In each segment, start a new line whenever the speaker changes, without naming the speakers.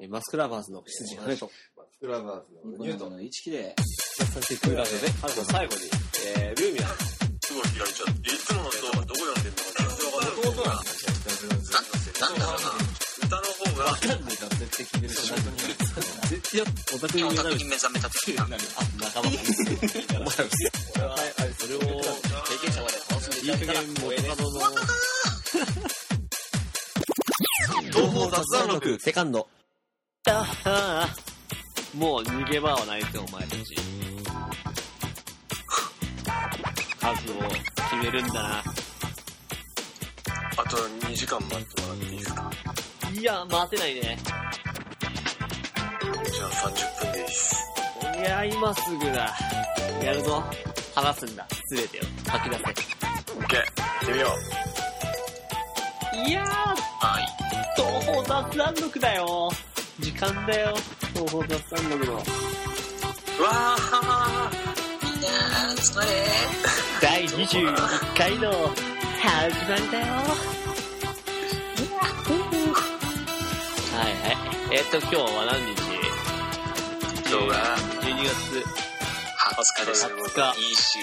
えマスクラバーズの羊の話と、
クラバーズ
ニ
の
コ
ニュー
生
トン。
の一期で、
させてくださいね。あと最後に、えー、ルーミアン。
すごい開いちゃっていつもの人はどこ読んでんのか全然わかんない
なんだろうな
歌の方が
いや、オタクに
今
見えない
日だけに目覚めた時
あ、仲間が
それを、
経験者まで楽しんでい
いい
た
加
だけたら
減、元カノの、
東方雑談録
録、セカンド。もう逃げ場はないぜ、お前たち。数を決めるんだ
あと2時間待ってもらっていいですか
な。いや、待てないね。
じゃあ30分でいいです
いや、今すぐだ。やるぞ。話すんだ。すべてを。吐き出
オッケー行ってみよう
せ。いやー、
はい
東方雑談録だよ。時間だよ。東方雑談録の。
うわあ
みんな集まれ
第21回の始まりだよ。はいはい。えっ、と、今日は何日
今日が
?12
お疲れ様
月20
いい週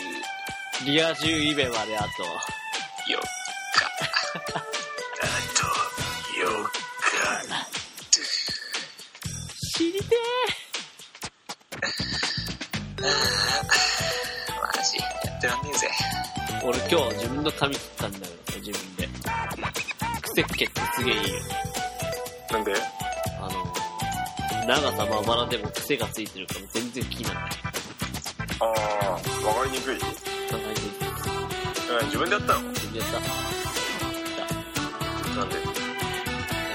日、リア充イベまであと、
4日
あ
知りて
マジやってらんねえぜ
ー俺今日自分の髪切ったんだよ、自分で。クセっ毛ってすげえいいよ。
となんで
あの、長さまばらでも癖がついてるから全然気にならない。
ああ分かりにくい
考えてみて
うん自分でやったのなんで
自分でやった。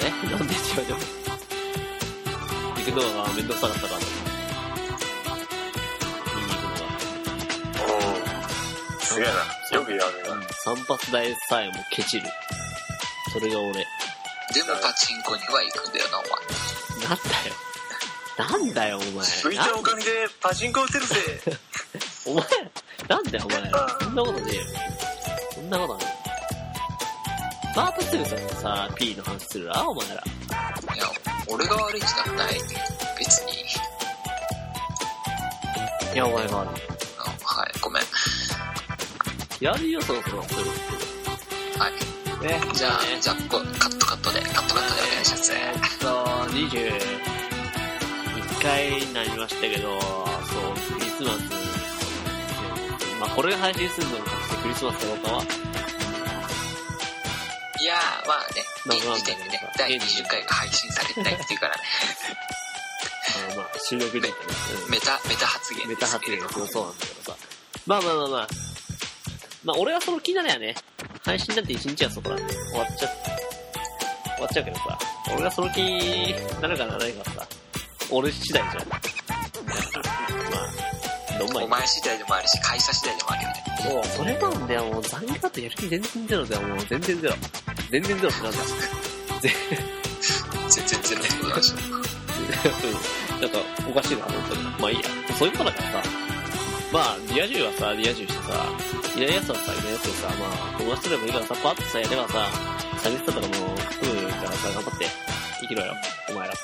えなんで違うでも。行くのが面倒くさかったから。見に行くのが。
おおすげえなよくやるな
散髪代さえもケチる。それが俺。なん
でもパチンコには行くんだよなお前
だよ。なんだよ、お
浮い
前。
たお金でパチンコ打てるぜ
お前、なんだよ、お前。そんなことねえよ。そんなことない。バートセルさんとさ、P の話するな、お前ら。
いや俺が悪いんじゃない別に
いや、お前が悪い。
あはいごめん
やるよ、そろそろ。それ
はい
ね。
じゃあ、じゃあ、こカットカットで、カットカットでお願いします。
と、21回になりましたけど、そう、クリスマス。まあ、これが配信するのに関してクリスマスの方はい
やー、まあね、
まあまあ
現時点でね、第20回が配信されてないっていうからね、
あの、まあ、収録で、うん
メタ、メタ発言
メ
で
タ
す
発
け
言
れど
が
も。
強そうなんだけどさ。まあまあまあまあ。まあ俺はその気になりゃね、配信なんて一日はそこだね。終わっちゃ、終わっちゃうけどさ。俺がその気になるかならないかはさ。俺次第じゃん。 まあ、どんまい
お前次第でもあるし、会社次第でもあるよね。
もう、それなんだよ、もう残業だとやる気全然ゼロだよ、もう全然ゼロ。全然ゼロってなんだよ。
全然ゼロってことなんでしょう。
うんなんか、おかしいな、本当に。まあいいや。そういうことだからさ。まあ、リア充はさ、リア充してさ、いないやつはさ、いないやつでさ、まあ、友達とでもいいからさ、パッとさ、やればさ、寂しさとかも含むからさ、頑張って、生きろよ、お前ら。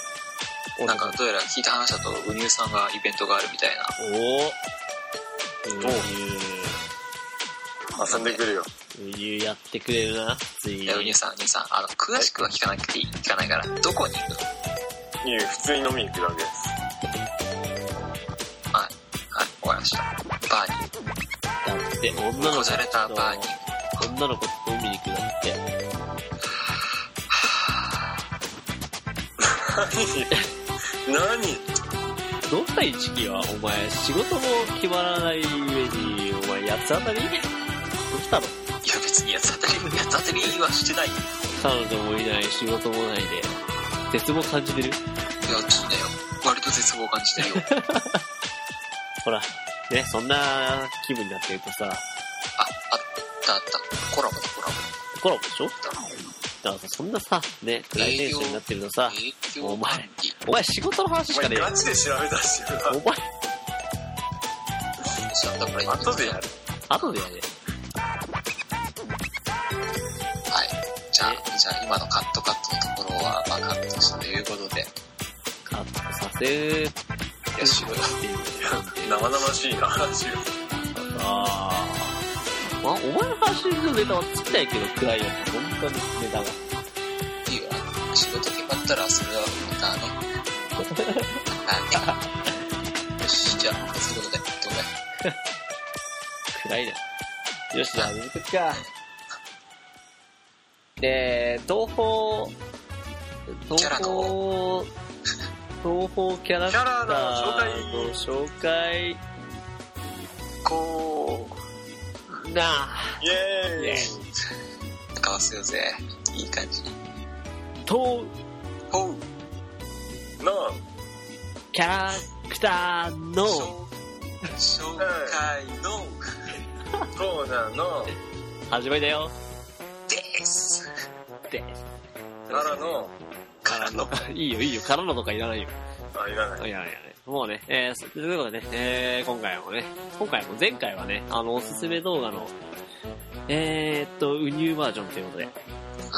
お
なんか、どうやら聞いた話だと、ウニューさんがイベントがあるみたいな。
おお
おう遊んでくるよ
ういう、ういうやってくれるな、つい
い
に
や、ウニューさん、ウニューさん、あの、詳しくは聞かなくていい。聞かないから、どこに行くの
いいよ普通に飲みに行くだけです
はい、終わりました。バーに、
だって、女の
こ
子
じゃれたバーに。
女の子と海に行くだって。
何
どんな意識はお前、仕事も決まらない上に、お前、八つ当たりどうしたの
いや、別に八つ当たり、八つ当たりはしてない。い
彼女もいない、仕事もないで、絶望感じてる
や、ちょっとね、割と絶望を感じてる よ。
ほら、ね、そんな気分になってるとさ、
あ、あったあった。コラボだ、コラボ
コラボでしょだ
だ。
からさ、そんなさ、ね、暗いテンションになってるとさ、
影響管理。
お前仕事の話し
お
か
前
ねえよ
ガ。チで調べ出してるな
お前、
知らんだから今
後でやる
後でやれ。
はい。じゃあ、じゃあ今のカットカットのところは、まあカットしたということで、
アップさせてる
いや、しろよ。
っていう。
生々しいな話を。
あーまあ、お前の話のネタは尽きないけど、暗いやつ。本当にネタが。
いいよ。仕事決まったら、それはまたね。 あね。よし、じゃあ、そういうことで、どうだい
暗いな。よし、じゃあ続くか。で、東宝、
キャ
東
ラ
宝、東宝キャラクターの紹介
こ
なあ。
イェー
イ
イ
ェーイ
う、かわせようぜ。いい感じ。
東
ほう、
な
キャラクターの
紹介の、
あ、コーナーの、
始まりだよ。
です。
で、
奈良の、
からの、
いいよいいよ、からのとかいらないよ。
あ、いらない。
いやいやいや、もうね、えー、ということでね、えー、今回もね、今回も前回はね、あの、おすすめ動画の、えー、っと、ウニューバージョンということで、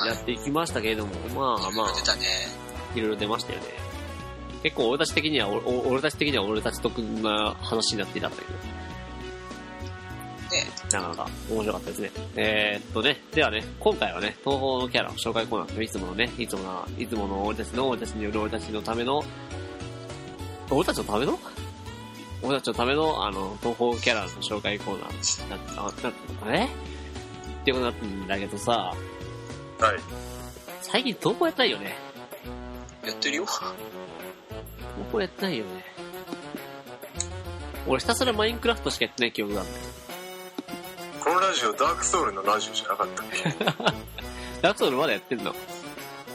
やっていきましたけれども、まあま
出
あ、
たね。
いろいろ出ましたよね。結構俺たち的には、おお俺たち的には俺たち得な話になっていたんだけど。
ね
なかなか面白かったですね。えー、っとね、ではね、今回はね、東方のキャラの紹介コーナーといつものね、いつもの、いつもの俺たちの、俺たちによる俺たちのための、俺たちのための俺たちのための、あの、東方キャラの紹介コーナー、な、あ、な、あれってことになったんだけどさ、
はい。
最近東方やってないよね。
やってるよ。
東方やってないよね。俺ひたすらマインクラフトしかやってない記憶があるんだよ。
このラジオ、ダークソウルのラジオじゃなかったっけ
ダークソウルまだやってんの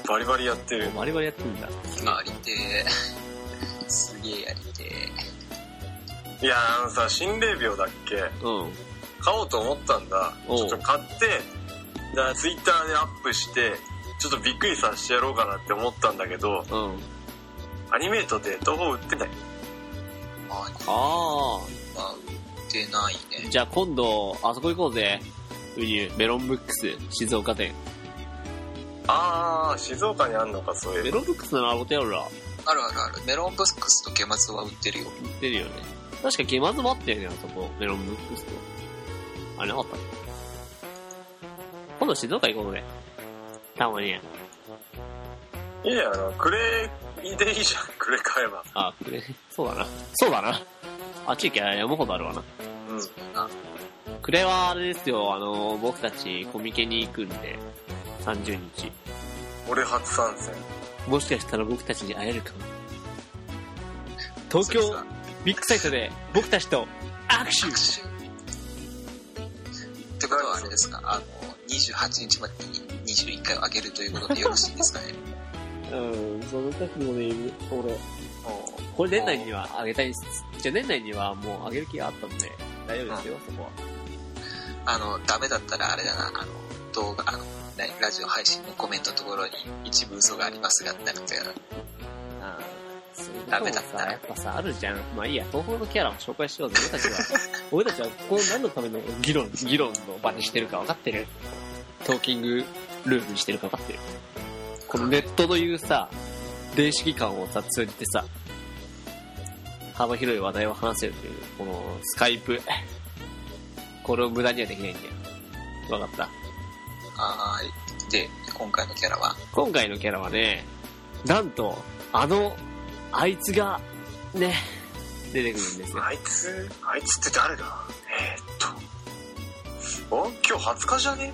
バリバリやってる。
バリバリやってんだ。
今ありてー。すげえやりてー。
いやー、あのさ、心霊病だっけ
うん。
買おうと思ったんだ。ち
おう
ょっと買って、だツイッターでアップして、ちょっとびっくりさせてやろうかなって思ったんだけど、
うん。
アニメートで東宝売ってない。
あー、
あ
まあ、売ってない
あ、
ね。
じゃあ今度、あそこ行こうぜ。ウニュメロンブックス、静岡店。
あー、静岡にあんのか、そうい
メ
う。
ロンブックスならことやろら。
あるあるある。メロンブックスとゲマツは売ってるよ。
言ってるよね。確かゲマズもあったよね、あそこ。メロンブックスと。あれなかった今度静岡行こうね。たまに。
いいや、あの、クレでいいじゃん、クレ買えば。
あ、くれ。そうだな。そうだな。あっち行きゃ山ほどあるわな。
うん。
くれはあれですよ、あの、僕たちコミケに行くんで、30日。
俺初参戦。
もしかしたら僕たちに会えるかも。東京ビッグサイトで僕たちと握手
ってことはあれですか、あの、28日までに21回を上げるということでよろしいですかね。
うん、その時もね、俺、これ年内にはあげたいんです。じゃあ年内にはもうあげる気があったんで、大丈夫ですよ、そこは。
あの、ダメだったらあれだな、あの、動画、あの、何ラジオ配信のコメントのところに一部嘘がありますが、なんて、
あーそういう
ダメ
こ
だっ
とも
た
さ、やっぱさ、あるじゃん。まあいいや、東方のキャラを紹介しようぜ。俺た ちは、俺たちはここを何のための議論、議論の場にしてるか分かってる。トーキングルームにしてるか分かってる。このネットというさ、電子機関をさ、通じてさ、幅広い話題を話せるという、このスカイプ。これを無駄にはできないんだよ。分かった。
あーい。で、今回のキャラは、
今回のキャラはね、なんと、あの、あいつが、ね、出てくるんですよ。
あいつあいつって誰だえー、っと。お今日20日じゃね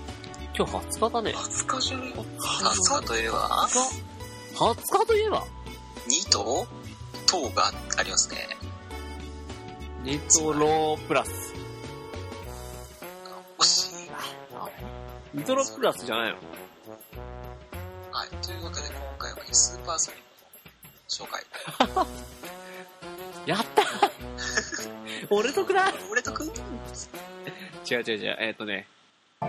今日20日だね。
20日じゃね
あの、例え
20
ば、
日といえば、
2と、等がありますね。
ニトロプラス。
惜しい。
ニトロプラスじゃないの
はい。というわけで、今回はスーパーソニックの紹介。
やった俺得だ
俺とくん
違う違う違う、えっ、とね、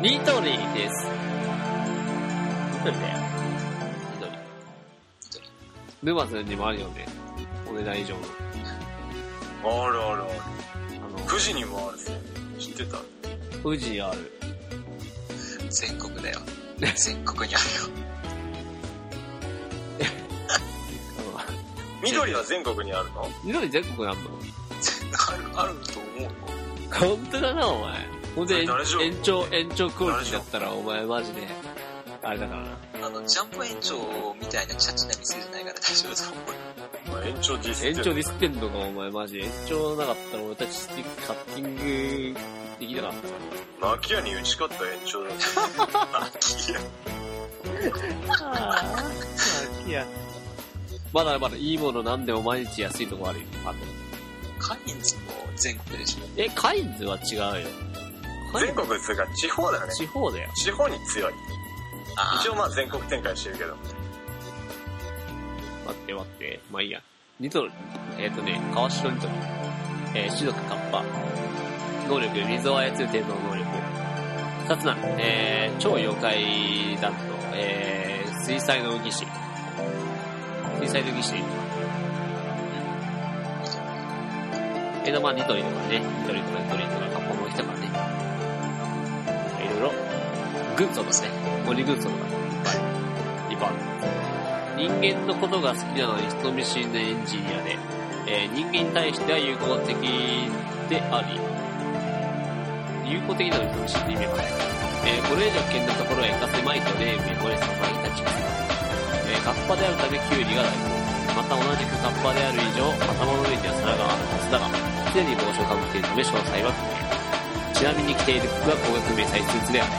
ニトリです。ニトリだよ。ニトリ。
トリ
沼津にもあるよね。お値段以上の。
あるあるある。
あの、
9時にもあるぜ。知ってた
富士ある。
全国だよ。全国にあるよ。
あの
緑は全国にあるの
緑全国にあんの
ある、あると思うよ。
本当だな、お前。ほんで、延
大丈夫
長、延長クオリティだったら、お前マジで、あれだからな。
あの、ジャンプ延長みたいなチャチな店じゃないから大丈夫だと思うよ。
まあ延長ディス
延
って
長ディスってんのか、お前マジ。延長なかったら俺たちスティックカッティングできなかったか
マキアに打ち勝った延長だね
ら。ああ、いや。まだまだいいものなんでも毎日安いとこあるよ。あと
カインズも全国でしょ。
え、カインズは違うよ。カイ
全
ンズ
国っつうか地方だよね
地方だよ。
地方に強い
あ
一応まあ全国展開してるけど
待って待って。まあいいや。ニトロ、えっ、とね、川城ニトロ。えー、種族カッパ。能力、水を操る程度の能力。二つな、えー、超妖怪団と、えー、水彩の技師。水彩の技師。えーと、まあニトリとかね、ニトリとかニトリとかカッパも来たからね。いろいろ、軍曹ですね。森軍曹とか、いっぱいある。人間のことが好きなのに人見知りなエンジニアで、えー人間に対しては友好的であり、友好的なのに人見知りで意味がない。えーこれ以上危険なところは行かせまいとレームにこれさまに立ちます。えーカッパであるためキュウリが大好また同じくカッパである以上、頭の上には皿があるはずだが、常に帽子をかぶっているため詳細は不明。ちなみに着ている服は高額迷彩スーツである。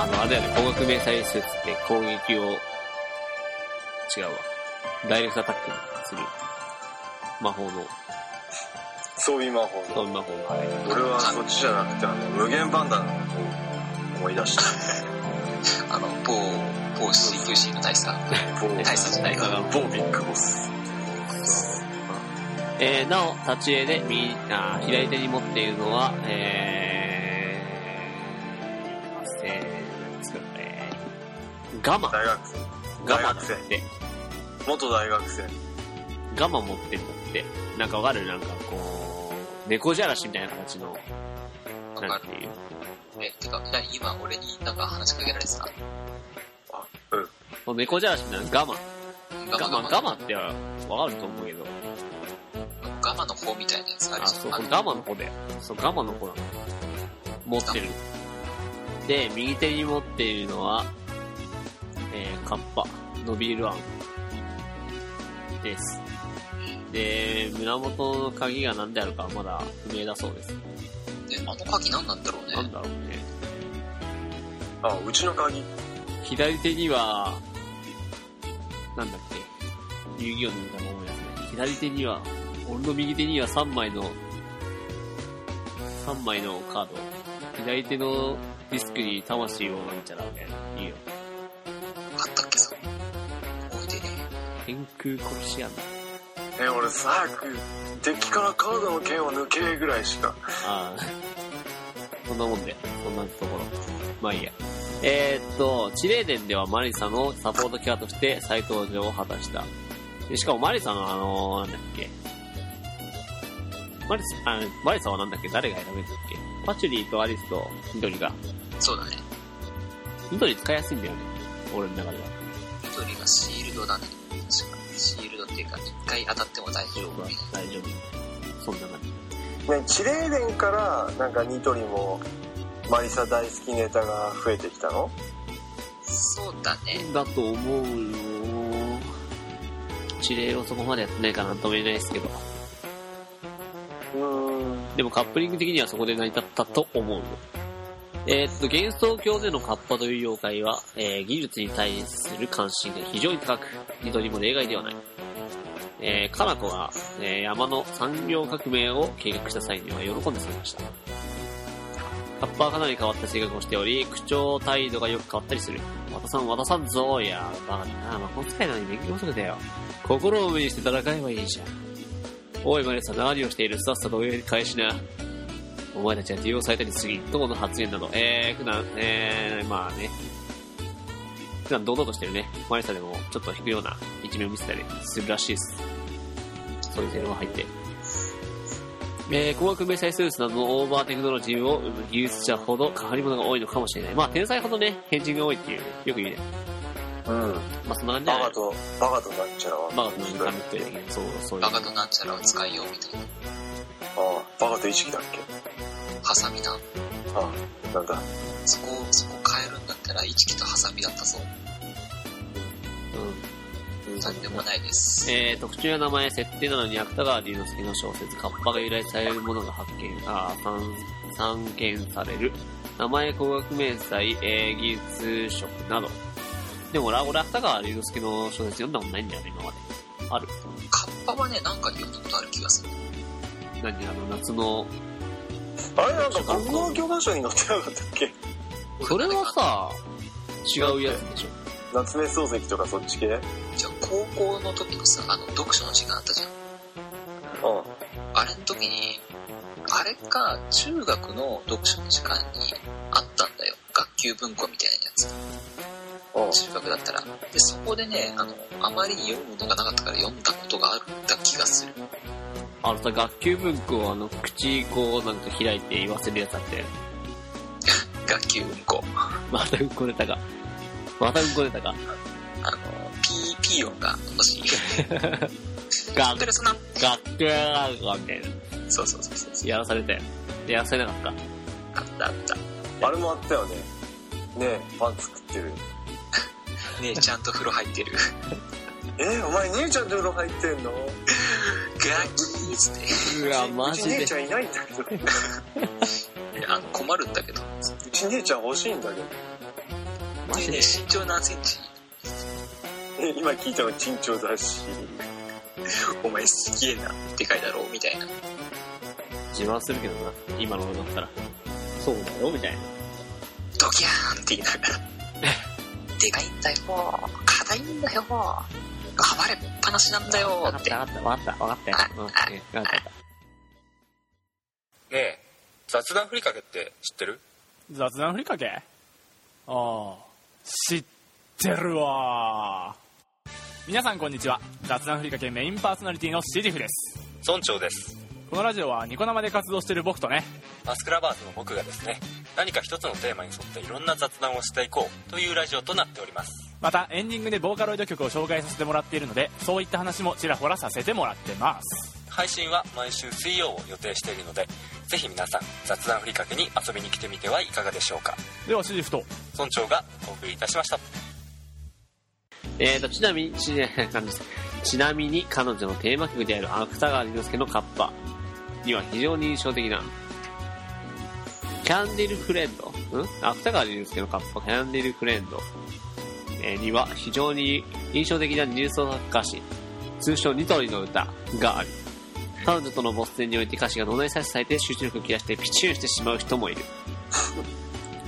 あの、あれだよね、高額迷彩スーツって攻撃を、違うわ。ダイレクトアタックにする。魔法の、
装備魔法
ス
の
トーン魔法の、あれ。
俺はそっちじゃなくてあの無限パンダの方を思い出した
あ、あの、某、某 CQC の大佐。
某
大佐じゃないかな。
某ビッグボス
えー、なお、立ち絵で右、あー左手に持っているのは、えー、えー、つうかえーガマ。
大学生
ガ
大
マ
学
っ
生
て、
元大学生
ガマ持ってるんだって。なんかわかるなんかこう、猫じゃらしみたいな形の、
わ
な
か
んて
る。
いう。
え、てか、なに今俺になんか話しかけられてた
あうん
この猫じゃらしみたいなガマ。
ガ
ガ
マ
マ、
ガ
ガ
マ
マってはわかると思うけど。
ガマの方みたいなやつある
あ、
じゃ
そ
ん。
う、
あ
これガマの方だよ。そう、ガマの方なの。持ってる。で、右手に持っているのは、えー、カッパ、ノビールアン。です。で、胸元の鍵が何であるかはまだ不明だそうです。
であの鍵何なんだろう
なん
ね。
だろうね。
あうちの鍵
左手には、なんだっけ、遊戯王のみたいなもんやつね。左手には、俺の右手には3枚の、3枚のカード。左手のディスクに魂をなんちゃらみたいな。いいよ。
あったっけさ。覚えてね
天空殺し屋だ。
え俺早く敵からカードの剣を抜けぐらいしか
ああ。そんなもんで、そんなところ。まあいいや。えーっと、地霊伝ではマリサのサポートキャラとして再登場を果たした。でしかもマリサのあのー、なんだっけ。マリサ、あマリサはなんだっけ誰が選べるんだっけパチュリーとアリスと緑が。
え。そうだね。
緑使いやすいんだよね。俺の中では。
緑はシールドだね。確かにシールドっていうか、一回当たっても大丈夫。
大丈夫。そんな感じ。
ね、地霊伝からなんかニトリもマリサ大好きネタが増えてきたの
そうだね。
だと思うよ。地霊をそこまでやってないかなんとも言えないですけど。
うーん
でもカップリング的にはそこで成り立ったと思うよ。えーっと、幻想郷でのカッパという妖怪は、えー技術に対する関心が非常に高く、二度にも例外ではない。えー、カナコが、えー山の産業革命を計画した際には喜んで参加した。カッパはかなり変わった性格をしており、口調態度がよく変わったりする。渡さん、渡さんぞいや、バカだな。魔法使いなのに勉強不足だよ。心を無にして戦えばいいじゃん。おいマリサ何をしているさっさと上に返しなお前たちは利用されたに過ぎどこの発言などえー、普段えー、まあね普段堂々としてるねマリサでもちょっと引くような一面を見せたりするらしいですそういう性能が入ってえー、高額明細スーツなどのオーバーテクノロジーを生む技術者ほど変わり者が多いのかもしれない。まあ、天才ほどね、変人が多いっていう、よく言うね。
うん。
まあ、そんな感じじ
バ
ゃない
カと、バカとなっちゃらは。
まあ、何回も言ってるそう、そういう。
バカとなんちゃらを使いようみたいな。
ああ、バカと意識だっけ
ハサミな。
ああ、なんだ。
そこ、そこ変えるんだったら、イチキとハサミだったそう。
うん。
とんでもないです。
えー、特徴や名前、設定などに芥川龍之介の小説、カッパが由来されるものが発見、あー散散見される。名前、工学名載、えー、技術職など。でも俺は、俺、芥川龍之介の小説読んだことないんだよね、今まで。ある。
カッパはね、なんかで読んだことある気がする。
何あの、夏の。
あれなんか国語教科書に載ってなかったっけ
それはさ、違うやつでしょ。
夏目漱石とかそっち系うん。
じゃあ、高校の時にさ、あの、読書の時間あったじゃん。あれの時に、あれか、中学の読書の時間にあったんだよ。学級文庫みたいな
うん
や。つ。中学だったら。で、そこでね、あの、あまりに読むのがなかったから読んだことがあった気がする。
あのさ、学級文庫をあの、口こうなんか開いて言わせるやつあって、
学級文庫。
またうんこ出たか。またうんこ出たか。
あの、ピーピー音が欲しい。
学
プラスなん、
学級なんかみたいな。
そうそうそうそう。
やらされたよ。やらされなかっ
あったあった。
あれもあったよね。ねえ、パン作ってる。
ねえ、ちゃんと風呂入ってる。
えー、お前姉ちゃんと風呂入ってんの
ガキーっつって。
た。うわ、マ
う
ジ
ち姉
で
ち。ゃんいないんだけど。う
あの困るんだけど。
ち姉ちゃん欲しいんだけど。
マジで
ねえ。身長何センチ
え今聞いたの緊張だし。
お前すげえな。でかいだろみたいな。
自慢するけどな。今の俺だったら。そうだよ、みたいな。
ドキャーンって言いながら。でかいんだよ。硬いんだよ。噛まれっぱなしなんだよ
わか
っ。
ってた、
ね
わかった、わかった、わかったよ。うん、わかったわかった。
え、雑談ふりかけって知ってる
雑談ふりかけああ知ってるわ皆さんこんにちは雑談ふりかけメインパーソナリティのシリフです
村長です
このラジオはニコ生で活動してる僕とね
マスクラバーズの僕がですね何か一つのテーマに沿っていろんな雑談をしていこうというラジオとなっております
またエンディングでボーカロイド曲を紹介させてもらっているのでそういった話もちらほらさせてもらってます
配信は毎週水曜を予定しているのでぜひ皆さん雑談ふりかけに遊びに来てみてはいかがでしょうか
ではシリフと
村長がお送りいたしました
えーと、ちなみに、ち感じですちなみに彼女のテーマ曲である芥川龍之介のカッパには非常に印象的な、キャンディルフレンド、ん芥川龍之介のカッパ、キャンディルフレンド、えーには非常に印象的なニュース作家詞、通称ニトリの歌があり、彼女との没戦において歌詞が脳内差しされて集中力を切らしてピチューしてしまう人もいる。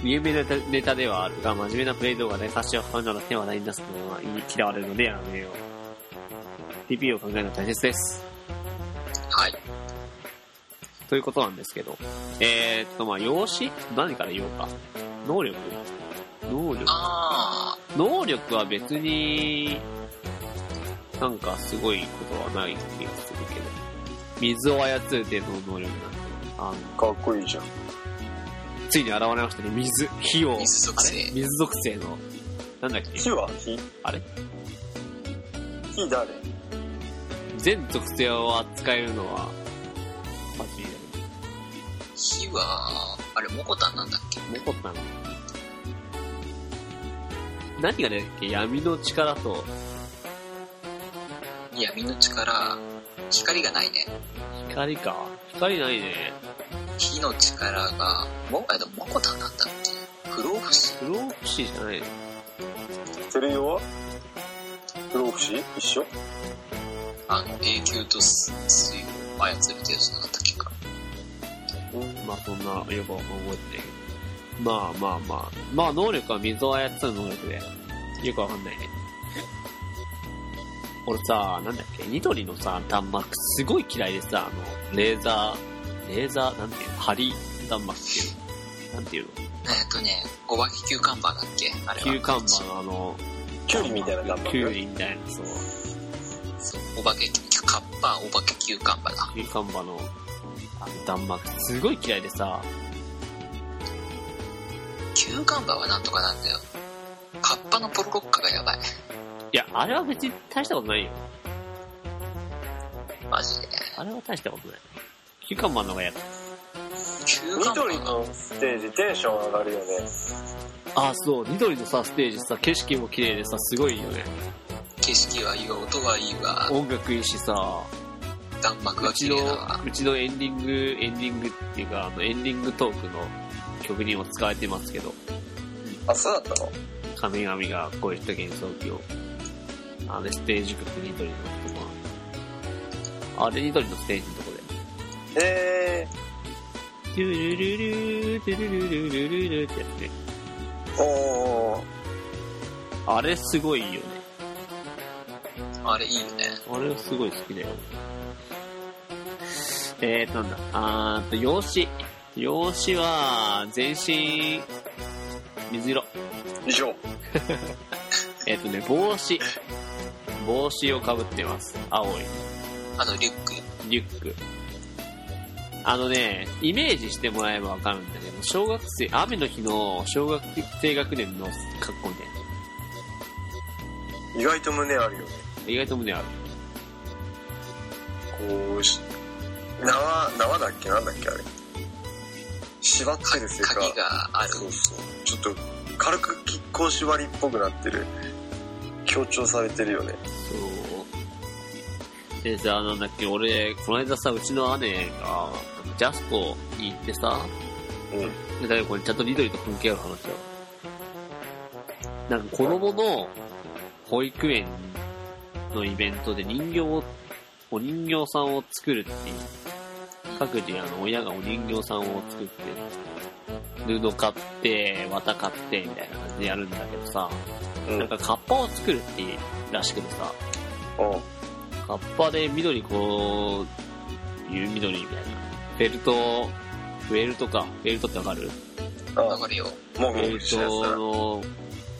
有名なネタではあるが、真面目なプレイ動画で歌詞を彼女の手はないんだすのは嫌われるのでやめよう。PP を考えるのは大切です。
はい。
ということなんですけど。えー、っと、まあ、容姿何から言おうか。能力能力
あ
能力は別に、なんかすごいことはない気がするけど。水を操る程度の能力なんて、あ
かっこいいじゃん。
の、ついに現れましたね。水、火を
ー、、水属
あれ
性。
水属性の、なんだっけ
火は火
あれ
火誰
全属性を扱えるのは、マジで。
火は、あれ、モコタンなんだっけ
残ったの。何がね、闇の力と
闇の力、光がないね。
光か。光ないね。
火の力が、も、えっと、モコタンなんだっけ不老不死
不老不死じゃないの。
セレヨは不老不死一緒
あの、永久と水水を操る程度じゃなかったっけか。
まあそんな、よく覚えてないけど。まあまあまあ。まあ能力は水を操る能力で。よくわかんないね。俺さ、なんだっけ、ニトリのさ、弾幕すごい嫌いでさ、あの、レーザー、レーザー、なんていうの針弾幕っていうのなんていうの
えっとね、お化けキューカンバーだっけあれは。
キューカンバーのあの、
キュウリみたいな弾幕
キュウリみたいな、そう。
そうお化け、カッパ、お化けキューカンバーだ。
キューカンバの、あの弾幕、すごい嫌いでさ、
キューカンバーはなんとかなんだよ。カッ端のポロロッカがやばい。
いや、あれは別に大したことないよ。
マジで。
あれは大したことない。キュカンマンの方がやだ。
急
ニトリのステージテンション上がるよね。
あ、そう、ニトリのさ、ステージさ、景色も綺麗でさ、すごいよね。
景色はいいわ、音はいいわ、
音楽いいしさ、
弾幕
う
は
ち
綺
の
麗だわ、。
うちのエンディング、エンディングっていうか、あの、エンディングトークの曲にも使われてますけど、
あ、そうだったの
神々がこういった幻想郷を、あの、ステージ曲ニトリのとこあれニトリのステージのとこで。
へえ
トゥルルルー、トゥルルルルルルってやつね。
ー。おー。
あれすごいよね。
あれいいよね。
あれはすごい好きだよ。えーと、なんだ。あーっと、用紙。用紙は、全身、水色。
以上。
えーっとね、帽子。帽子をかぶってます。青い。
あのリュック。
リュック。あのね、イメージしてもらえばわかるんだけど、小学生、雨の日の小学低学年の格好ね。
意外と胸あるよね。
意外と胸ある。
こうし、縄、縄だっけなんだっけあれ。縛ってるせいか。
鍵がある。
そうそう。ちょっと、軽く亀甲縛りっぽくなってる。強調されてるよね。
そう。でさ、なんだっけ、俺、この間さ、うちの姉が、ジャスコに行ってさ、
うん。
でだけどこれちゃんと緑と関係ある話だよ。なんか子供の保育園のイベントで人形を、お人形さんを作るっていう。各自あの親がお人形さんを作って、布買って、綿買って、みたいな感じでやるんだけどさ、
うん。う
なん ん。かカッパを作るっていうらしくてさ、カッパで緑こう、いう緑みたいな。フェルト、フェルトか。フェルトってわかる
あ
わ、かるよ。
も
フェ
ぐ
ル
してるやつだ
ト
な
の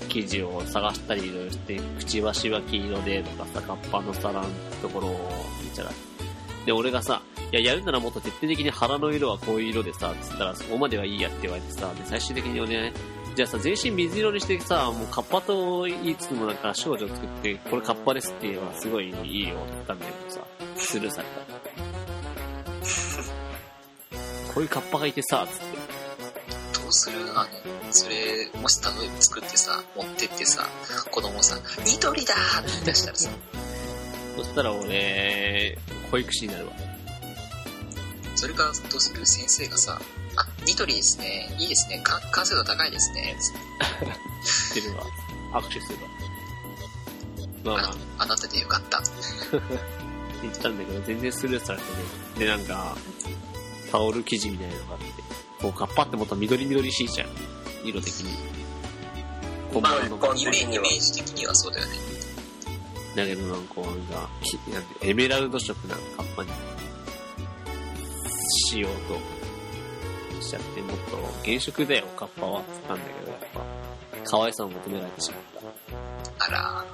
生地を探したりいろいろして、くちばしは黄色でとかさ、カッパの皿のところを見たら。で、俺がさ、いや、やるならもっと徹底的に腹の色はこういう色でさ、つったら、そこまではいいやって言われてさ、で、最終的に俺ね、じゃあさ、全身水色にしてさ、もうカッパと言いつつもなんか少女を作って、これカッパですって言えばすごいいいよって言ったんだけどさ、スルーされた。こういうカッパがいてさ、つって。
どうするあの、それ、もし例えば作ってさ、持ってってさ、子供さ、ニトリだーって言い出したらさ、
そしたら俺、保育士になるわ。
それからどうする先生がさ、あ、ニトリですね、いいですね、か完成度高いですね、つって
ってるわ。握手するわ。まあまあ、
あなたでよかった。
言ったんだけど、全然スルーされてね。で、なんか、タオル生地みたいなのがあって、こう、カッパってもっと緑緑しいじゃん。色的に。こう、
まあ
丸の
一般
イメイメージ的にはそうだよね。
だけどなんか、なんか、きなんてエメラルド色なカッパにしようとしちゃって、もっと原色だよ、カッパは。つったんだけど、やっぱ、可愛さを求められてしまった。
あら、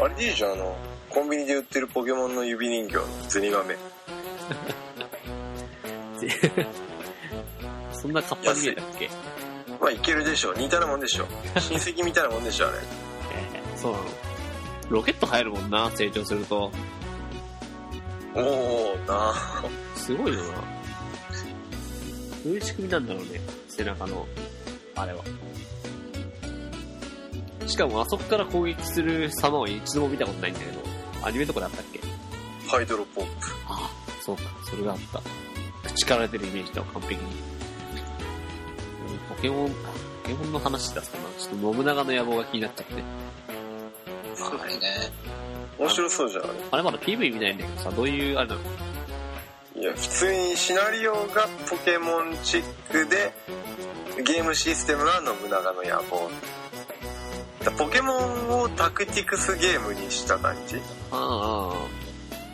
あれでいいじゃん、あの、コンビニで売ってるポケモンの指人形のゼニガメ。
そんなカッパに見えたっけ
まあ、いけるでしょ。似たようなもんでしょ。親戚みたいなもんでしょ、あれ。
えーそうなのロケット入るもんな、成長すると。
おー、なあ
すごいよな。どういう仕組みなんだろうね、背中の、あれは。しかもあそこから攻撃する様は一度も見たことないんだけど、アニメとかであったっけ
ハイドロポンプ。
ああ、そうか、それがあった。口から出るイメージだわ、完璧に。うんポケモン、ポケモンの話だったな。ちょっと信長の野望が気になっちゃって。
あれね。
面白そうじゃん、あ
あれまだ PV 見ないんだけどさ、どういう、あれなの
れ。いや、普通にシナリオがポケモンチックで、ゲームシステムは信長の野望。だポケモンをタクティクスゲームにした感じ。
ああ、ああ。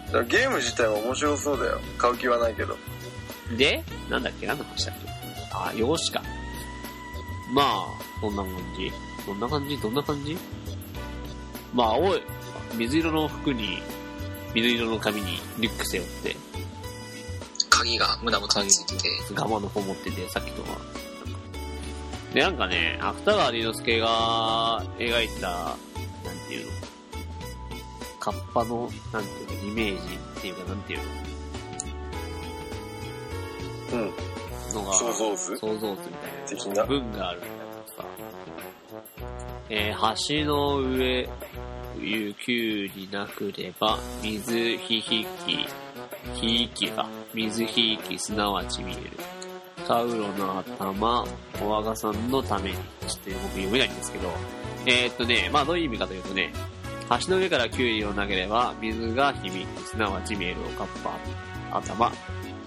だからゲーム自体は面白そうだよ。買う気はないけど。
で、なんだっけ、何の話だっけあ、用紙か。まあ、そんな感じ。どんな感じどんな感じまあ、青い、水色の服に、水色の髪にリュック背負って、
鍵が胸元についてて、
ガマの方持ってて、さっきとは、で、なんかね、芥川龍之介が描いた、なんていうの、カッパの、なんていうか、イメージっていうか、なんていう
うん。
の、のが、
想像図
想像図みたいな。
的な。
文があるみたいなさ。えー橋の上、ゆきゅうになくれば、水ひひき、ひいきか。水ひいき、すなわち見える。カウロの頭、おわがさんのために。ちょっと僕読めないんですけど。えー、っとね、まあどういう意味かというとね、橋の上からキュウリを投げれば、水が響く、すなわち見える、おかっぱ、頭。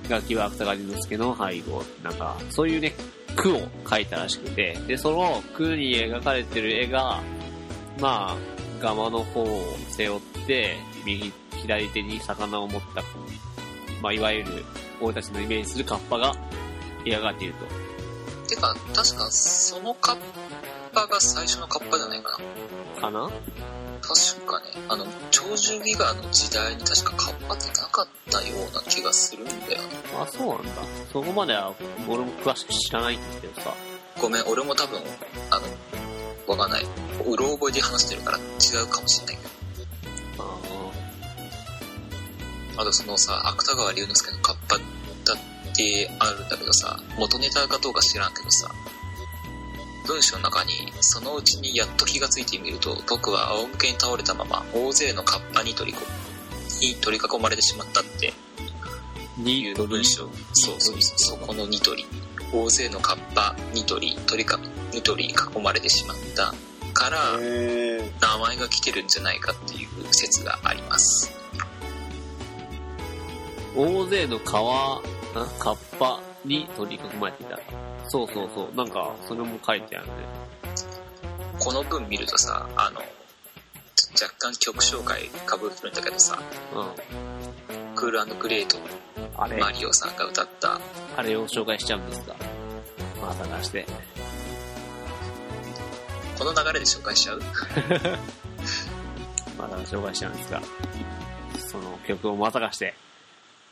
楽器は芥川龍之介の背後、なんか、そういうね、句を書いたらしくて、で、その句に描かれてる絵が、まあ、釜の方を背負って、右、左手に魚を持った、まあ、いわゆる、俺たちのイメージするカッパが描かれていると。
てか、確かそのカッパが最初のカッパじゃないかな。
かな
確かね、あの、長寿ギガの時代に確かカッパってなかったような気がするんだよね。
あ、そうなんだ。そこまでは、俺も詳しく知らないんですけどさ。
ごめん、俺も多分、あの、わかんない。うろ覚えで話してるから違うかもしれないけ
あー
ど。あとそのさ、芥川龍之介のカッパだってあるんだけどさ、元ネタかどうか知らんけどさ、文章の中に、そのうちにやっと気がついてみると、僕は仰向けに倒れたまま、大勢のカッパに取りこに取り囲まれてしまったってい
ニー
う
トリ
文章そうそうそうそこのニトリ大勢のカッパニトリ鳥かニトリに囲まれてしまったから
へえ。
名前が来てるんじゃないかっていう説があります
大勢の川、なカッパに取り囲まれていた。そうそうそう。なんか、それも書いてあるね。
この文見るとさあのちょ若干曲紹介かぶってるんだけどさ
うん。
クールグレート
あれ
マリオさんが歌った
あれを紹介しちゃうんですが。まあ、探して。
この流れで紹介しちゃう
まあ、紹介しちゃうんですが。その曲をまさかして。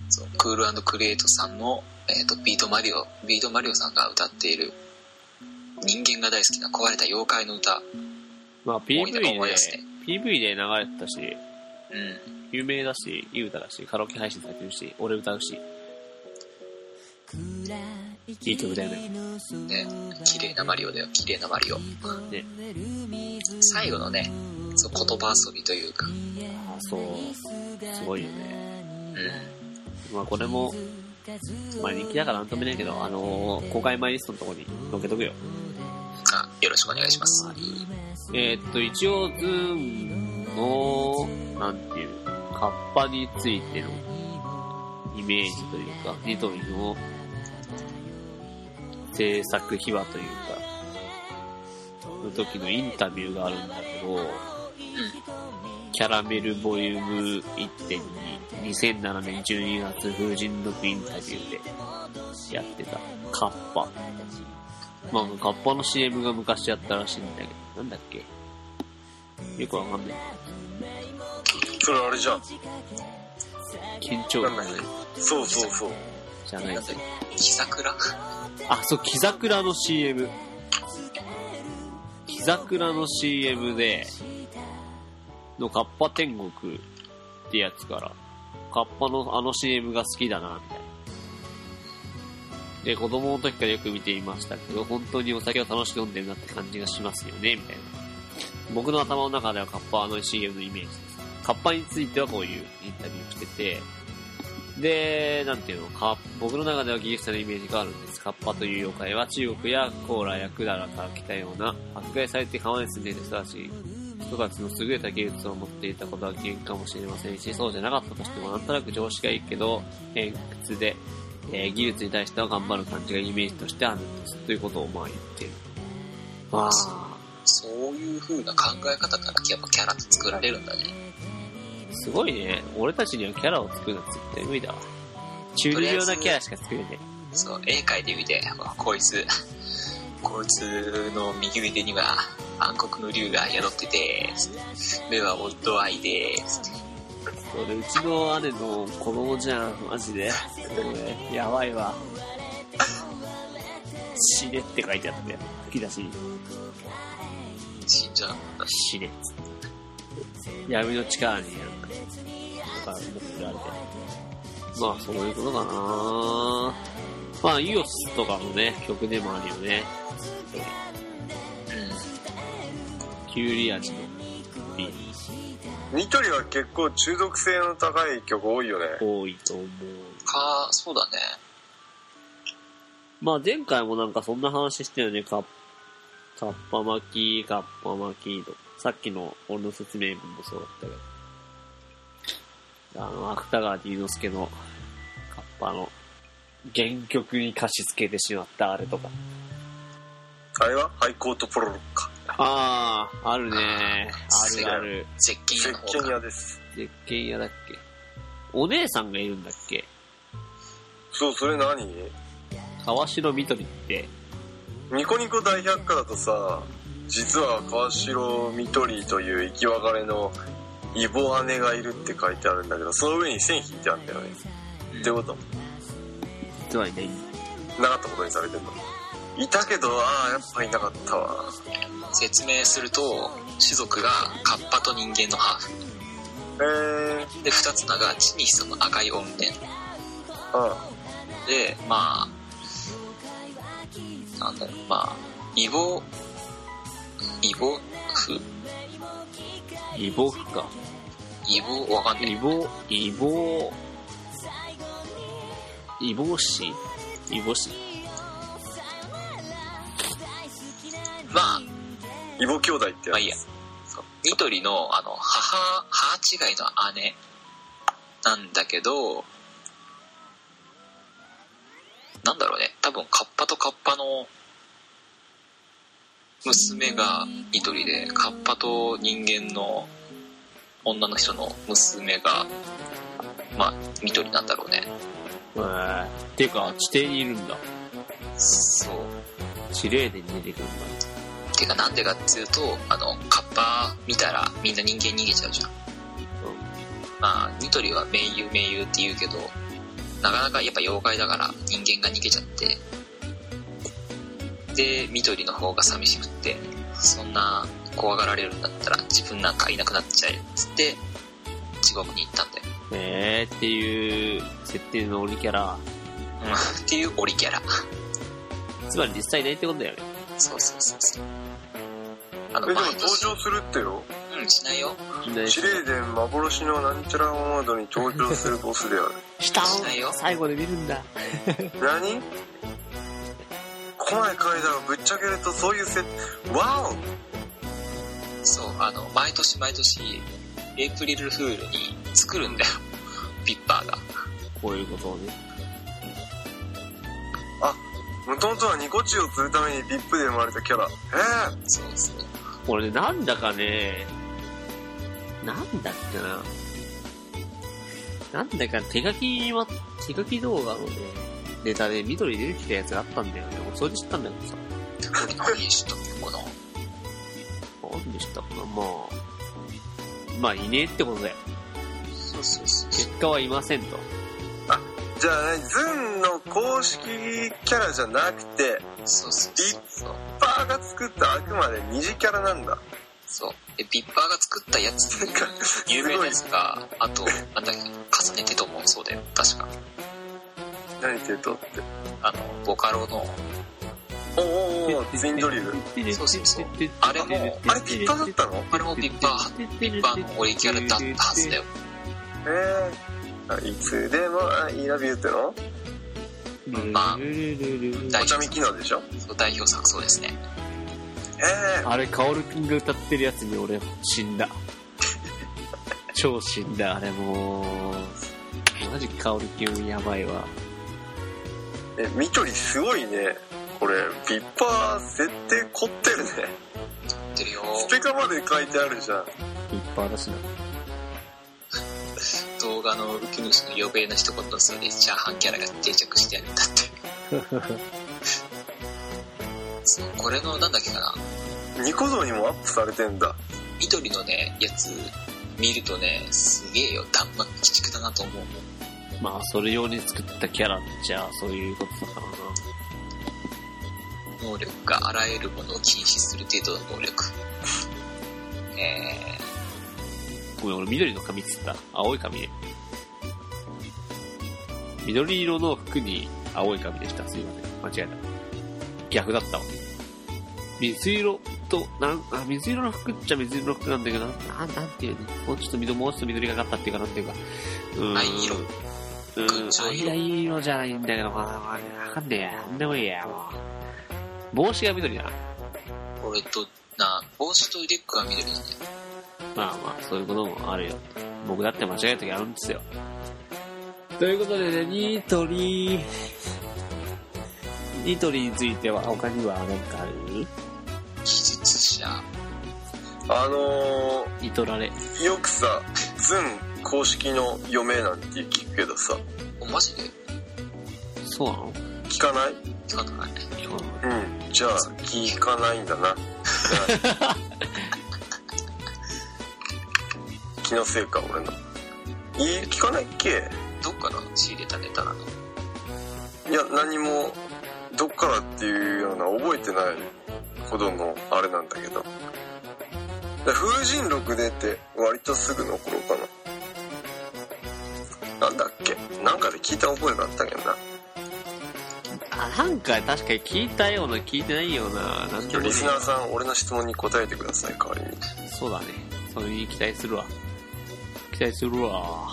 そうクールクレートさんの、えー、とビートマリオビートマリオさんが歌っている人間が大好きな壊れた妖怪の歌
まあ、PV で、
思い出思い出して
PV で流れてたし、
うん
有名だし、いい歌だし、カラオケ配信されてるし、俺歌うし。い
い
い
い
曲
曲
だ
だ
よ
よ
ね
ね。
ね、綺麗なマリオだよ、綺麗なマリオ。
ね。
最後のね、そう言葉遊びというか、うん、
あ、そう。すごいよね。まあ、これも、まあ、人気だからなんとも言えないけど、あのー公開マイリストのところに載っけとくよ。
あ、よろしくお願いします。
えーっと、一応、ズーンの、なんていう、カッパについてのイメージというか、ニトリの制作秘話というか、その時のインタビューがあるんだけど、キャラメルボリューム1.2、2007年12月風神のインタビューでやってたカッパ。まあ、カッパの CM が昔やったらしいんだけど、なんだっけよくわかんない。
それあれじゃん。
緊張
なんだっけ。そうそうそう。
じゃないです
木桜
あ、そう、木桜の CM。木桜の CM で、のカッパ天国ってやつから、カッパのあの CM が好きだな、みたいな。で、子供の時からよく見ていましたけど、本当にお酒を楽しく飲んでるなって感じがしますよね、みたいな。僕の頭の中ではカッパの CM のイメージです。カッパについてはこういうインタビューをしてて、で、なんていうのか、僕の中ではギリシャのイメージがあるんです。カッパという妖怪は中国やコーラやクダラから来たような、迫害されて川に住んでいる人たち、人たちの優れた技術を持っていたことは原因かもしれませんし、そうじゃなかったとしてもなんとなく常識がいいけど、偏屈で、えー技術に対しては頑張る感じがイメージとしてあるんです。ということをまあ言ってる。まあ、
そういう風な考え方からやっぱキャラって作られるんだね。
すごいね。俺たちにはキャラを作るのは絶対無理だわ。中二病なキャラしか作れない。
そう、絵描いてみて、わこいつ、こいつの右腕には暗黒の竜が宿ってて、目はオッドアイで、
俺うちの姉の 子供じゃんマジで俺やばいわ死ねって書いてあって、吹き出しに
死んじゃう。
死ねっつって。闇の力に、なんか、とか、持ってられて。まあ、そういうことだなぁまあ、イオスとかのね、曲でもあるよね。キュウリ味のビール。
ニトリは結構中毒性の高い曲多いよね。
多いと思う。
か、そうだね。
まあ前回もなんかそんな話したよね。かかっぱ巻き、かっぱ巻きと。さっきの俺の説明文もそうだったけど。あの、芥川龍之介のかっぱの原曲に歌詞付けてしまったあれとか。
あれはハイコートポロロッカ。
ああ、あるね。あ
ー
るある。
石鹸
石
屋の方
鹸
が。
屋です。
絶景屋だっけお姉さんがいるんだっけ
そう、それ何
川城みとりって。
ニコニコ大百科だとさ、実は川城みとりという生き別れのイボ姉がいるって書いてあるんだけど、その上に線引いてあるんだよね。ってこと
実はいない。
なかったことにされてんのいたけど、ああ、やっぱいなかったわ。
説明すると、種族がカッパと人間のハー
えー、
フ。で、二つ名が地に潜む赤い怨念。
あ
で、まあ、なんだろう、まあ、異謀、異謀不
イボフか。
異謀わかんない。
イボ、イボ、イボシイボシ
まあ、
イボ兄弟ってや
まあ
つ
いいや。そうニトリの、あの、母、母違いの姉なんだけど、なんだろうね、多分カッパとカッパの娘がニトリで、カッパと人間の女の人の娘が、まあ、ニトリなんだろうね。
えー、てか、地底にいるんだ。
そう。
地霊で出てくるん
てかなんでかっていうとあのカッパ見たらみんな人間逃げちゃうじゃん、まあニトリは盟友盟友って言うけどなかなかやっぱ妖怪だから人間が逃げちゃってでミトリの方が寂しくってそんな怖がられるんだったら自分なんかいなくなっちゃえっつって地獄に行ったんだよ、
だ。えー、っていう設定の鬼キャラ。
っていうオリキャラ
つまり実際いないってことだよね。
そうそうそうそうあ
え、
の
でも
毎
登
年
場するってよ。
うんしないよ
いない
司令殿幻のなんちゃらモードに登場するボスである。
下
しないよ
を最後で見るんだ。
何 来ない階段をぶっちゃけるとそういうせわ
そう、あの、毎年毎年、エイプリルフールに作るんだよ。ピッパーが。
こういうことをね。
おもともとはニコチを釣るために VIP で生まれたキャラええ
そうです ね。
これね、なんだかね、なんだっけな。なんだか手書きは、手書き動画のね、ネタで緑出てきたやつがあったんだよね。俺それで知ったんだけどさ。
俺何しとこの。
なんでしたかなまあ、まあ、いねえってことだよ。
そうそうそう。
結果はいませんと。
じゃあねズンの公式キャラじゃなくて
そうそうそうそう。
パーが作ったあくまで二次キャラなんだ
そう。で、ピッパーが作ったやつっていうか、有名なやつが、あと、なんだっけ、重ねてともそうだよ。確か。
何て言うとって
あの、ボカロの、
おおおおツインドリル
そうそうそうあれも
あれピッパだったの
あれもピッパー、
ー
ピッパーのオリキャラだったはずだよ。
ええあいつでも「イラビュー」っての
まあ
あ、
代
お茶
表
見機能でしょ
そう代表作そうですね。
え
あれ、カオルくんが歌ってるやつに俺、死んだ。超死んだ、あれもう。マジカオルくんやばいわ。
ええみとりすごいねこれビッパー設定凝ってるね
言ってるよ。
スペカまで書いてあるじゃん
ピッパーだしな。
動画の浮き主の余計な一言のせいでチャーハンキャラが定着してやるんだってそうこれのなんだっけかな
ニコ動にもアップされてんだ
緑のねやつ見るとねすげえよ弾幕鬼畜だなと思う
まあ、それ用に作ったキャラっちゃ、そういうことだからな。
能力があらゆるものを禁止する程度の能力。え
ごめん、俺緑の髪っつった。青い髪ね。緑色の服に青い髪でした。すいません。間違えた。逆だったわ。水色と、なん、あ、水色の服っちゃ水色の服なんだけど、なん、なんていうのもうちょっと緑、もうちょっと緑がかったっていうか、なんていうか。うーん。
藍色
うん
群青。色
藍色じゃないんだけど、まあまあ、わかんねえや。なんでもいいや、もう。帽子が緑だな。
ー、俺と、な、帽子とリュックは緑なんだよ。
まあまあ、そういうこともあるよ。僕だって間違えた時あるんですよ。ということでね、ニトリニトリについては他には何かある
技術者。
あの
ニトラレ。
ー、よくさズン公式の余命なんて聞くけどさ
お、マジで
そうなの
聞かない
聞かない。
今日の
うんじゃあ聞かないんだ な気のせいか俺のいい聞かないっけ
どっから仕入れたネタなの
いや何もどっからっていうような覚えてないほどのあれなんだけどで風神録出て割とすぐの頃かななんだっけなんかで聞いた覚えがあったけどな
あ、なんか確かに聞いたような、聞いてないような、なんでもね
リスナーさん俺の質問に答えてください代わりに
そうだね。それに期待するわ。期待するわ。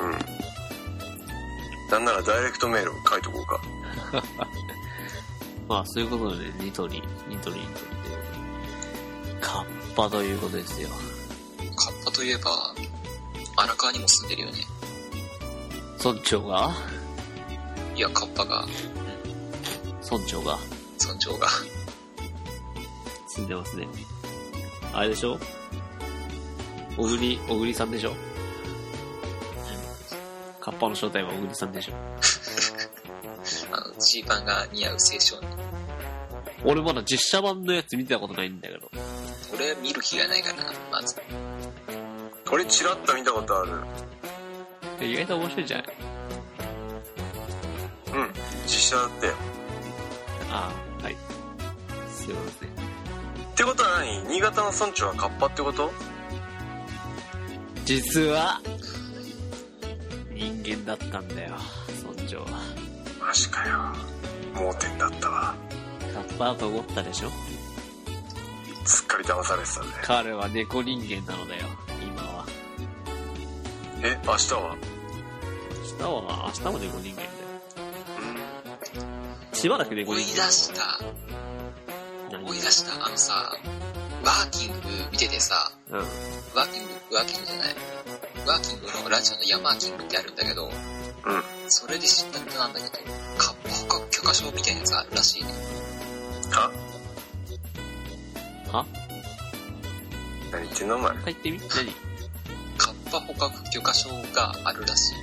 うんなんならダイレクトメールを書いとこうか
まあ、そういうことでね、ニトリ、ニトリ、ニトリで。カッパということですよ。
カッパといえば、荒川にも住んでるよね。
村長が
いや、カッパが、
村長が
村長が。
住んでますね。あれでしょ小栗、小栗さんでしょカッパの正体は小栗さんでしょ
あの、ジーパンが似合う青少年。
俺まだ実写版のやつ見てたことないんだけど。
俺は見る気がないからな、まず。
俺チラッと見たことある
意外と面白いじゃない
うん実写だって
ああ、はい。すいません。
ってことは何新潟の村長はカッパってこと
実は、人間だったんだよ、村長は。
マジかよ盲点だったわ
カッパだと思ったでしょ
すっかり騙されてたね
彼は猫人間なのだよ、今は。
え明日は
明日は、明日も猫人間だよ。しばらく猫
思い出
人間。
した。思い出した。あのさ、ワーキング見ててさ、
うん。
ワーキング、ワーキングじゃない。ワーキングのラジオのヤマーキングってあるんだけど、
うん
それで知ったネタなんだけど、カッパ捕獲許可証みたいなやつあるらしいね。
は
は
何言ってんのお前
帰ってみ何
カッパ捕獲許可証があるらしい。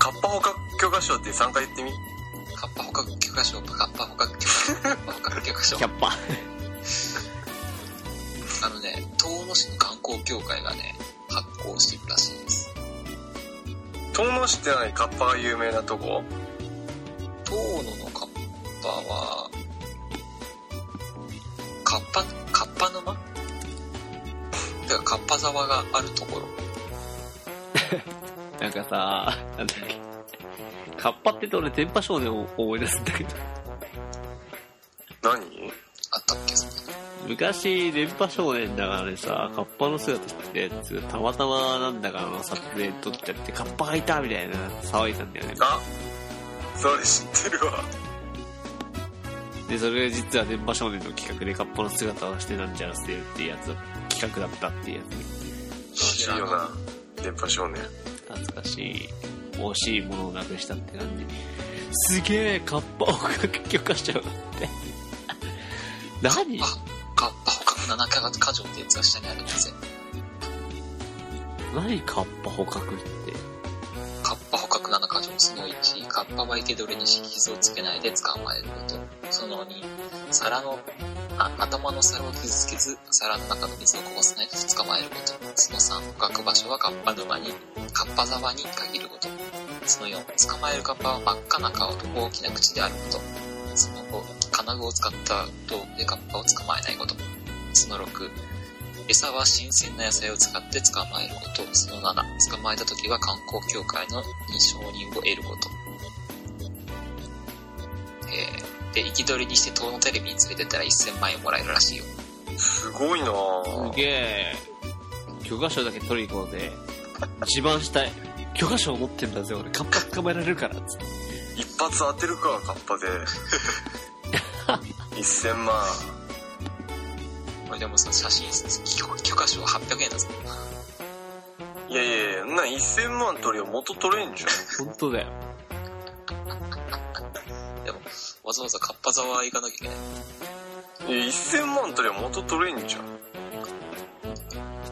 カッパ捕獲許可証って3回言ってみ
カッパ捕獲許可証、カッパ捕獲許可証、カッパ捕獲許可証
キ。ャッパ。
あのね、遠野市の観光協会がね、発行してるらしいです。
遠野市って何カッパが有名なとこ
遠野のカッパは、カッパ、カッパ沼だからカッパ沢があるところ。
なんかさ、なんだっけ。カッパって言うと俺、電波少年を思い出すんだけど。
何
あったっけそんなの
昔、電波少年だからでさ、カッパの姿ってやつ、たまたまなんだかの撮影撮っちゃって、カッパがいたみたいな騒いだんだよね。
あそれ知ってるわ
で、それが実は電波少年の企画でカッパの姿をしてなんちゃらしてるっていうやつ、企画だったっていうや
楽しいよな電波少年
つ。懐かしい。惜しいものをなくしたって感じ。すげえ、カッパを 許可しちゃうって。何
あ、カッパ捕獲7回が過剰ってやつが下にあるんですよ。
何カッパ捕獲って。
カッパ捕獲7箇条、その1、カッパは生け捕りにし傷をつけないで捕まえること。その2、皿の、あ頭の皿を傷つけず、皿の中の水をこぼさないで捕まえること。その3、捕獲場所はカッパ沼に、カッパ沢に限ること。その4、捕まえるカッパは真っ赤な顔と大きな口であること。その5、金具を使った道具でカッパを捕まえないこと。その6、餌は新鮮な野菜を使って捕まえること。その7、捕まえた時は観光協会の認証人を得ること。えーで、生き取りにして遠のテレビに連れてったら1000万円もらえるらしいよ。
すごいなぁ
すげえ。許可証だけ取りに行こうぜ。自慢したい。許可証持ってんだぜ、俺。カッパ捕まえられるから。つって
一発当てるかカッパで 1000万
これでもその写真、許許可証800円だぞ。
いやいやいやな1000万取りは元取れんじゃん
本当だよ。
でも、わざわざカッパ沢行かなきゃいけない。
いや1000万取りゃ元取れんじゃん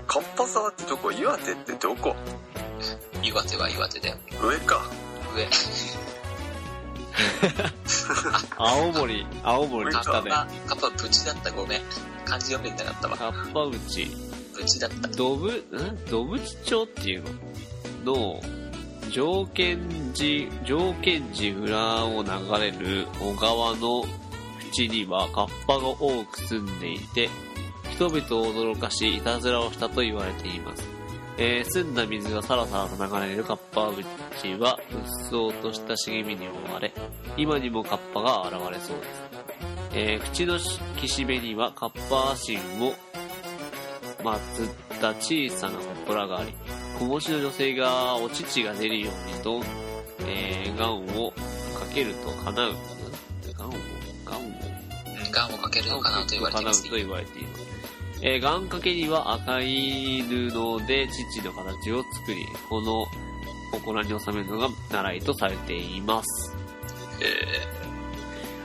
カッパ沢ってどこ岩手ってどこ
岩手は岩手だよ。
上か
上。
青森、青森
カ
来た
ッ
ね。
パ、カッパブチだった。ごめん。漢字読めてなかったわ。
カッパ内、
ブチだった。
ドブ、んドブチ町っていうのの、条件寺、条件寺裏を流れる小川の口にはカッパが多く住んでいて、人々を驚かし、いたずらをしたと言われています。えー澄んだ水がさらさらと流れるカッパ口は、うっそうとした茂みに覆われ、今にもカッパが現れそうです。えー口の岸辺にはカッパ神をまつった小さな祠があり、小持ちの女性がお乳が出るようにと、えー、願をかけると叶う。願を、願を、
うん、ガンをかけるのかなと言われています
叶うと。言われています。えー、願掛けには赤い布で父の形を作り、この祠に収めるのが習いとされています。
え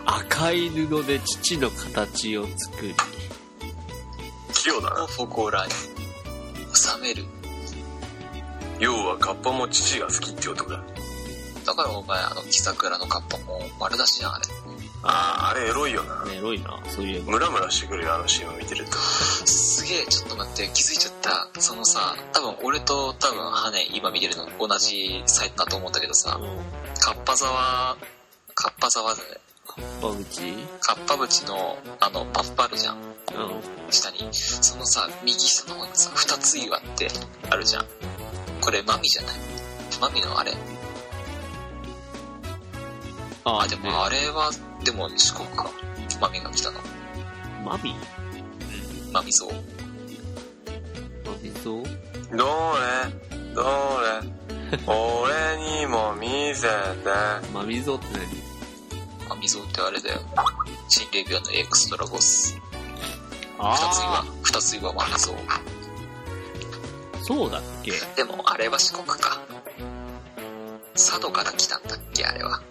赤い布で父の形を作り、
器用だ
ー、
な
フォコラに収める。
要はカッパも父が好きってことだ
だからお前、あの、木桜のカッパも丸出しじゃん、あれ。
あああれエロいよな
ねエロいな、そういえば。
ムラムラしてくるよあの CM 見てると
すげえ、ちょっと待って、気づいちゃった。そのさ、多分俺と多分羽根、今見てるの同じサイトだと思うんだけどさ、
うん
カッパ沢、カッパ沢で、
カッパ口
カッパ淵の、あの、パフパあるじゃん、
うん。
下に。そのさ、右下の方にさ、二つ岩ってあるじゃん。これ、マミじゃないマミのあれ
あ
あ、でもあれは、でも四国か。マミが来たの。
マミ
マミ像。
マミゾ
どれどれ俺にも見せて
マミゾって
マミ像ってあれだよ。心霊病の AX ドラゴス。
何
二つ岩、二つ岩マミ像。
ーそうだっけ
でもあれは四国か。佐渡から来たんだっけ、あれは。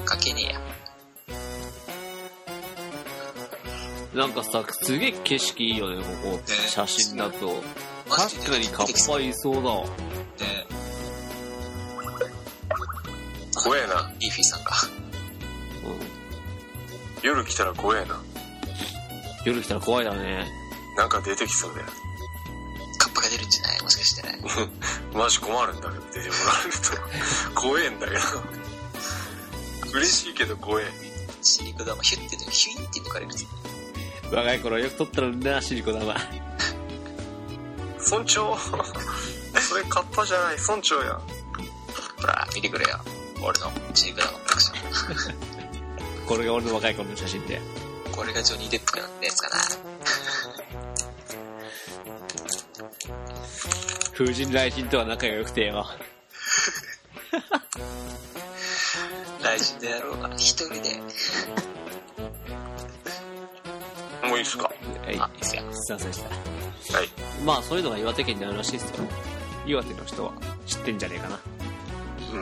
うん、かけねえや。
なんかさ、すげえ景色いいよね、ここ。
ね
写真だと。
マジ
確
で
かにカッパいそうだわ。
ね
怖えな
リーフィーさんか。
うん。
夜来たら怖えな
夜来たら怖いだね。
なんか出てきそうだよ
カッパが出るんじゃないもしかしてね。
マジ困るんだけど出てもらうと怖えんだけど嬉しいけど怖え
シリクダマ、ヒュッてね、ヒュインって抜かれるやつ。
若い頃よく撮ったのにな、シリコ玉。
村長それカッパじゃない村長や
ほら、見てくれよ。俺のシリクダマのアクショ
これが俺の若い頃の写真で。
ン。これがジョニー・デップかなってやつかな。
風神雷神とは仲が良くてよ。
大臣でやろうかな。一人で。
もういいっすか
はい。
あ、いいっすよ。
すいませんでした。
はい
まあ、そういうのが岩手県にあるらしいですよ。岩手の人は知ってんじゃねえかな。
う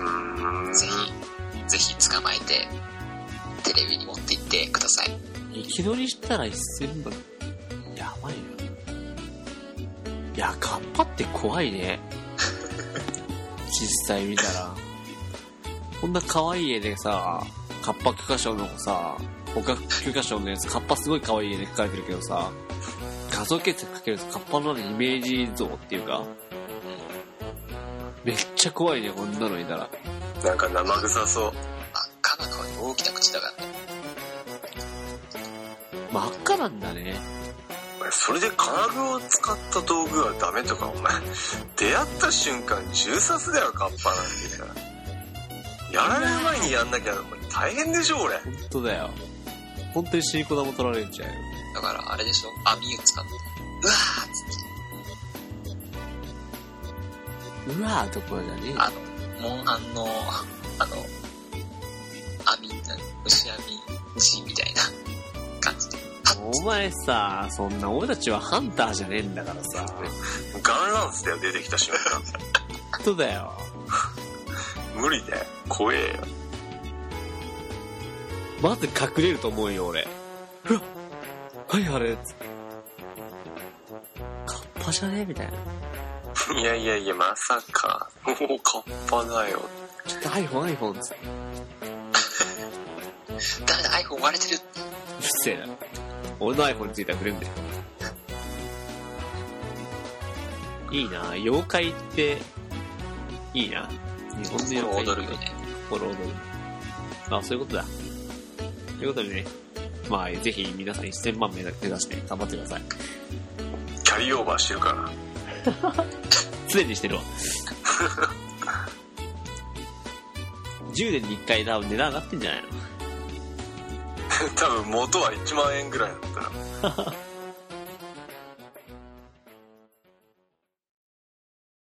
ーん
ぜひ、ぜひ捕まえて、テレビに持って行ってください。
生き取りしたら1000万やばいよいやカッパって怖いね実際見たらこんな可愛い絵でさカッパ許可証のさ捕獲許可証のやつカッパすごい可愛い絵で描かれてるけどさ画像検索かけるとカッパのイメージ像っていうかめっちゃ怖いねこんなのいたら
なんか生臭そ
真
う
っ赤な顔に大きな口だからね。
真っ赤なんだね。
それで金具を使った道具はダメとかお前 出会った瞬間銃殺だよカッパなんてやられる前にやんなきゃお前大変でしょ俺
本当だよ。本当にシリコ玉取られちゃうよ。
だから、あれでしょ網を使って。うわーっつって、
うわーところじゃねえ。
あの、モンハンの、あの、網、な虫網、虫みたいな感じで。パッ
お前さ、そんな俺たちはハンターじゃねえんだからさ。
ガンランスだよ出てきた瞬間
本当だよ。
無理だよ怖えよ
まず隠れると思うよ、俺。うわはい、あれ。つカッパじゃねえみたいな。
いやいやいやまさかもうカッパだよ
ちょっと iPhone、iPhone つって。うる
ダメだ、iPhone 割れてる。
せえな。俺の iPhone については触れんだよ。いいな妖怪って、いいな。日本の妖怪
踊るよね。
心躍る。あ、そういうことだ。ということでね、まあ、ぜひ皆さん1000万目指して頑張ってください。
キャリーオーバーしてるから
すでにしてるわ。10年に1回多分値段上がってんじゃないの
多分元は1万円ぐらいだったら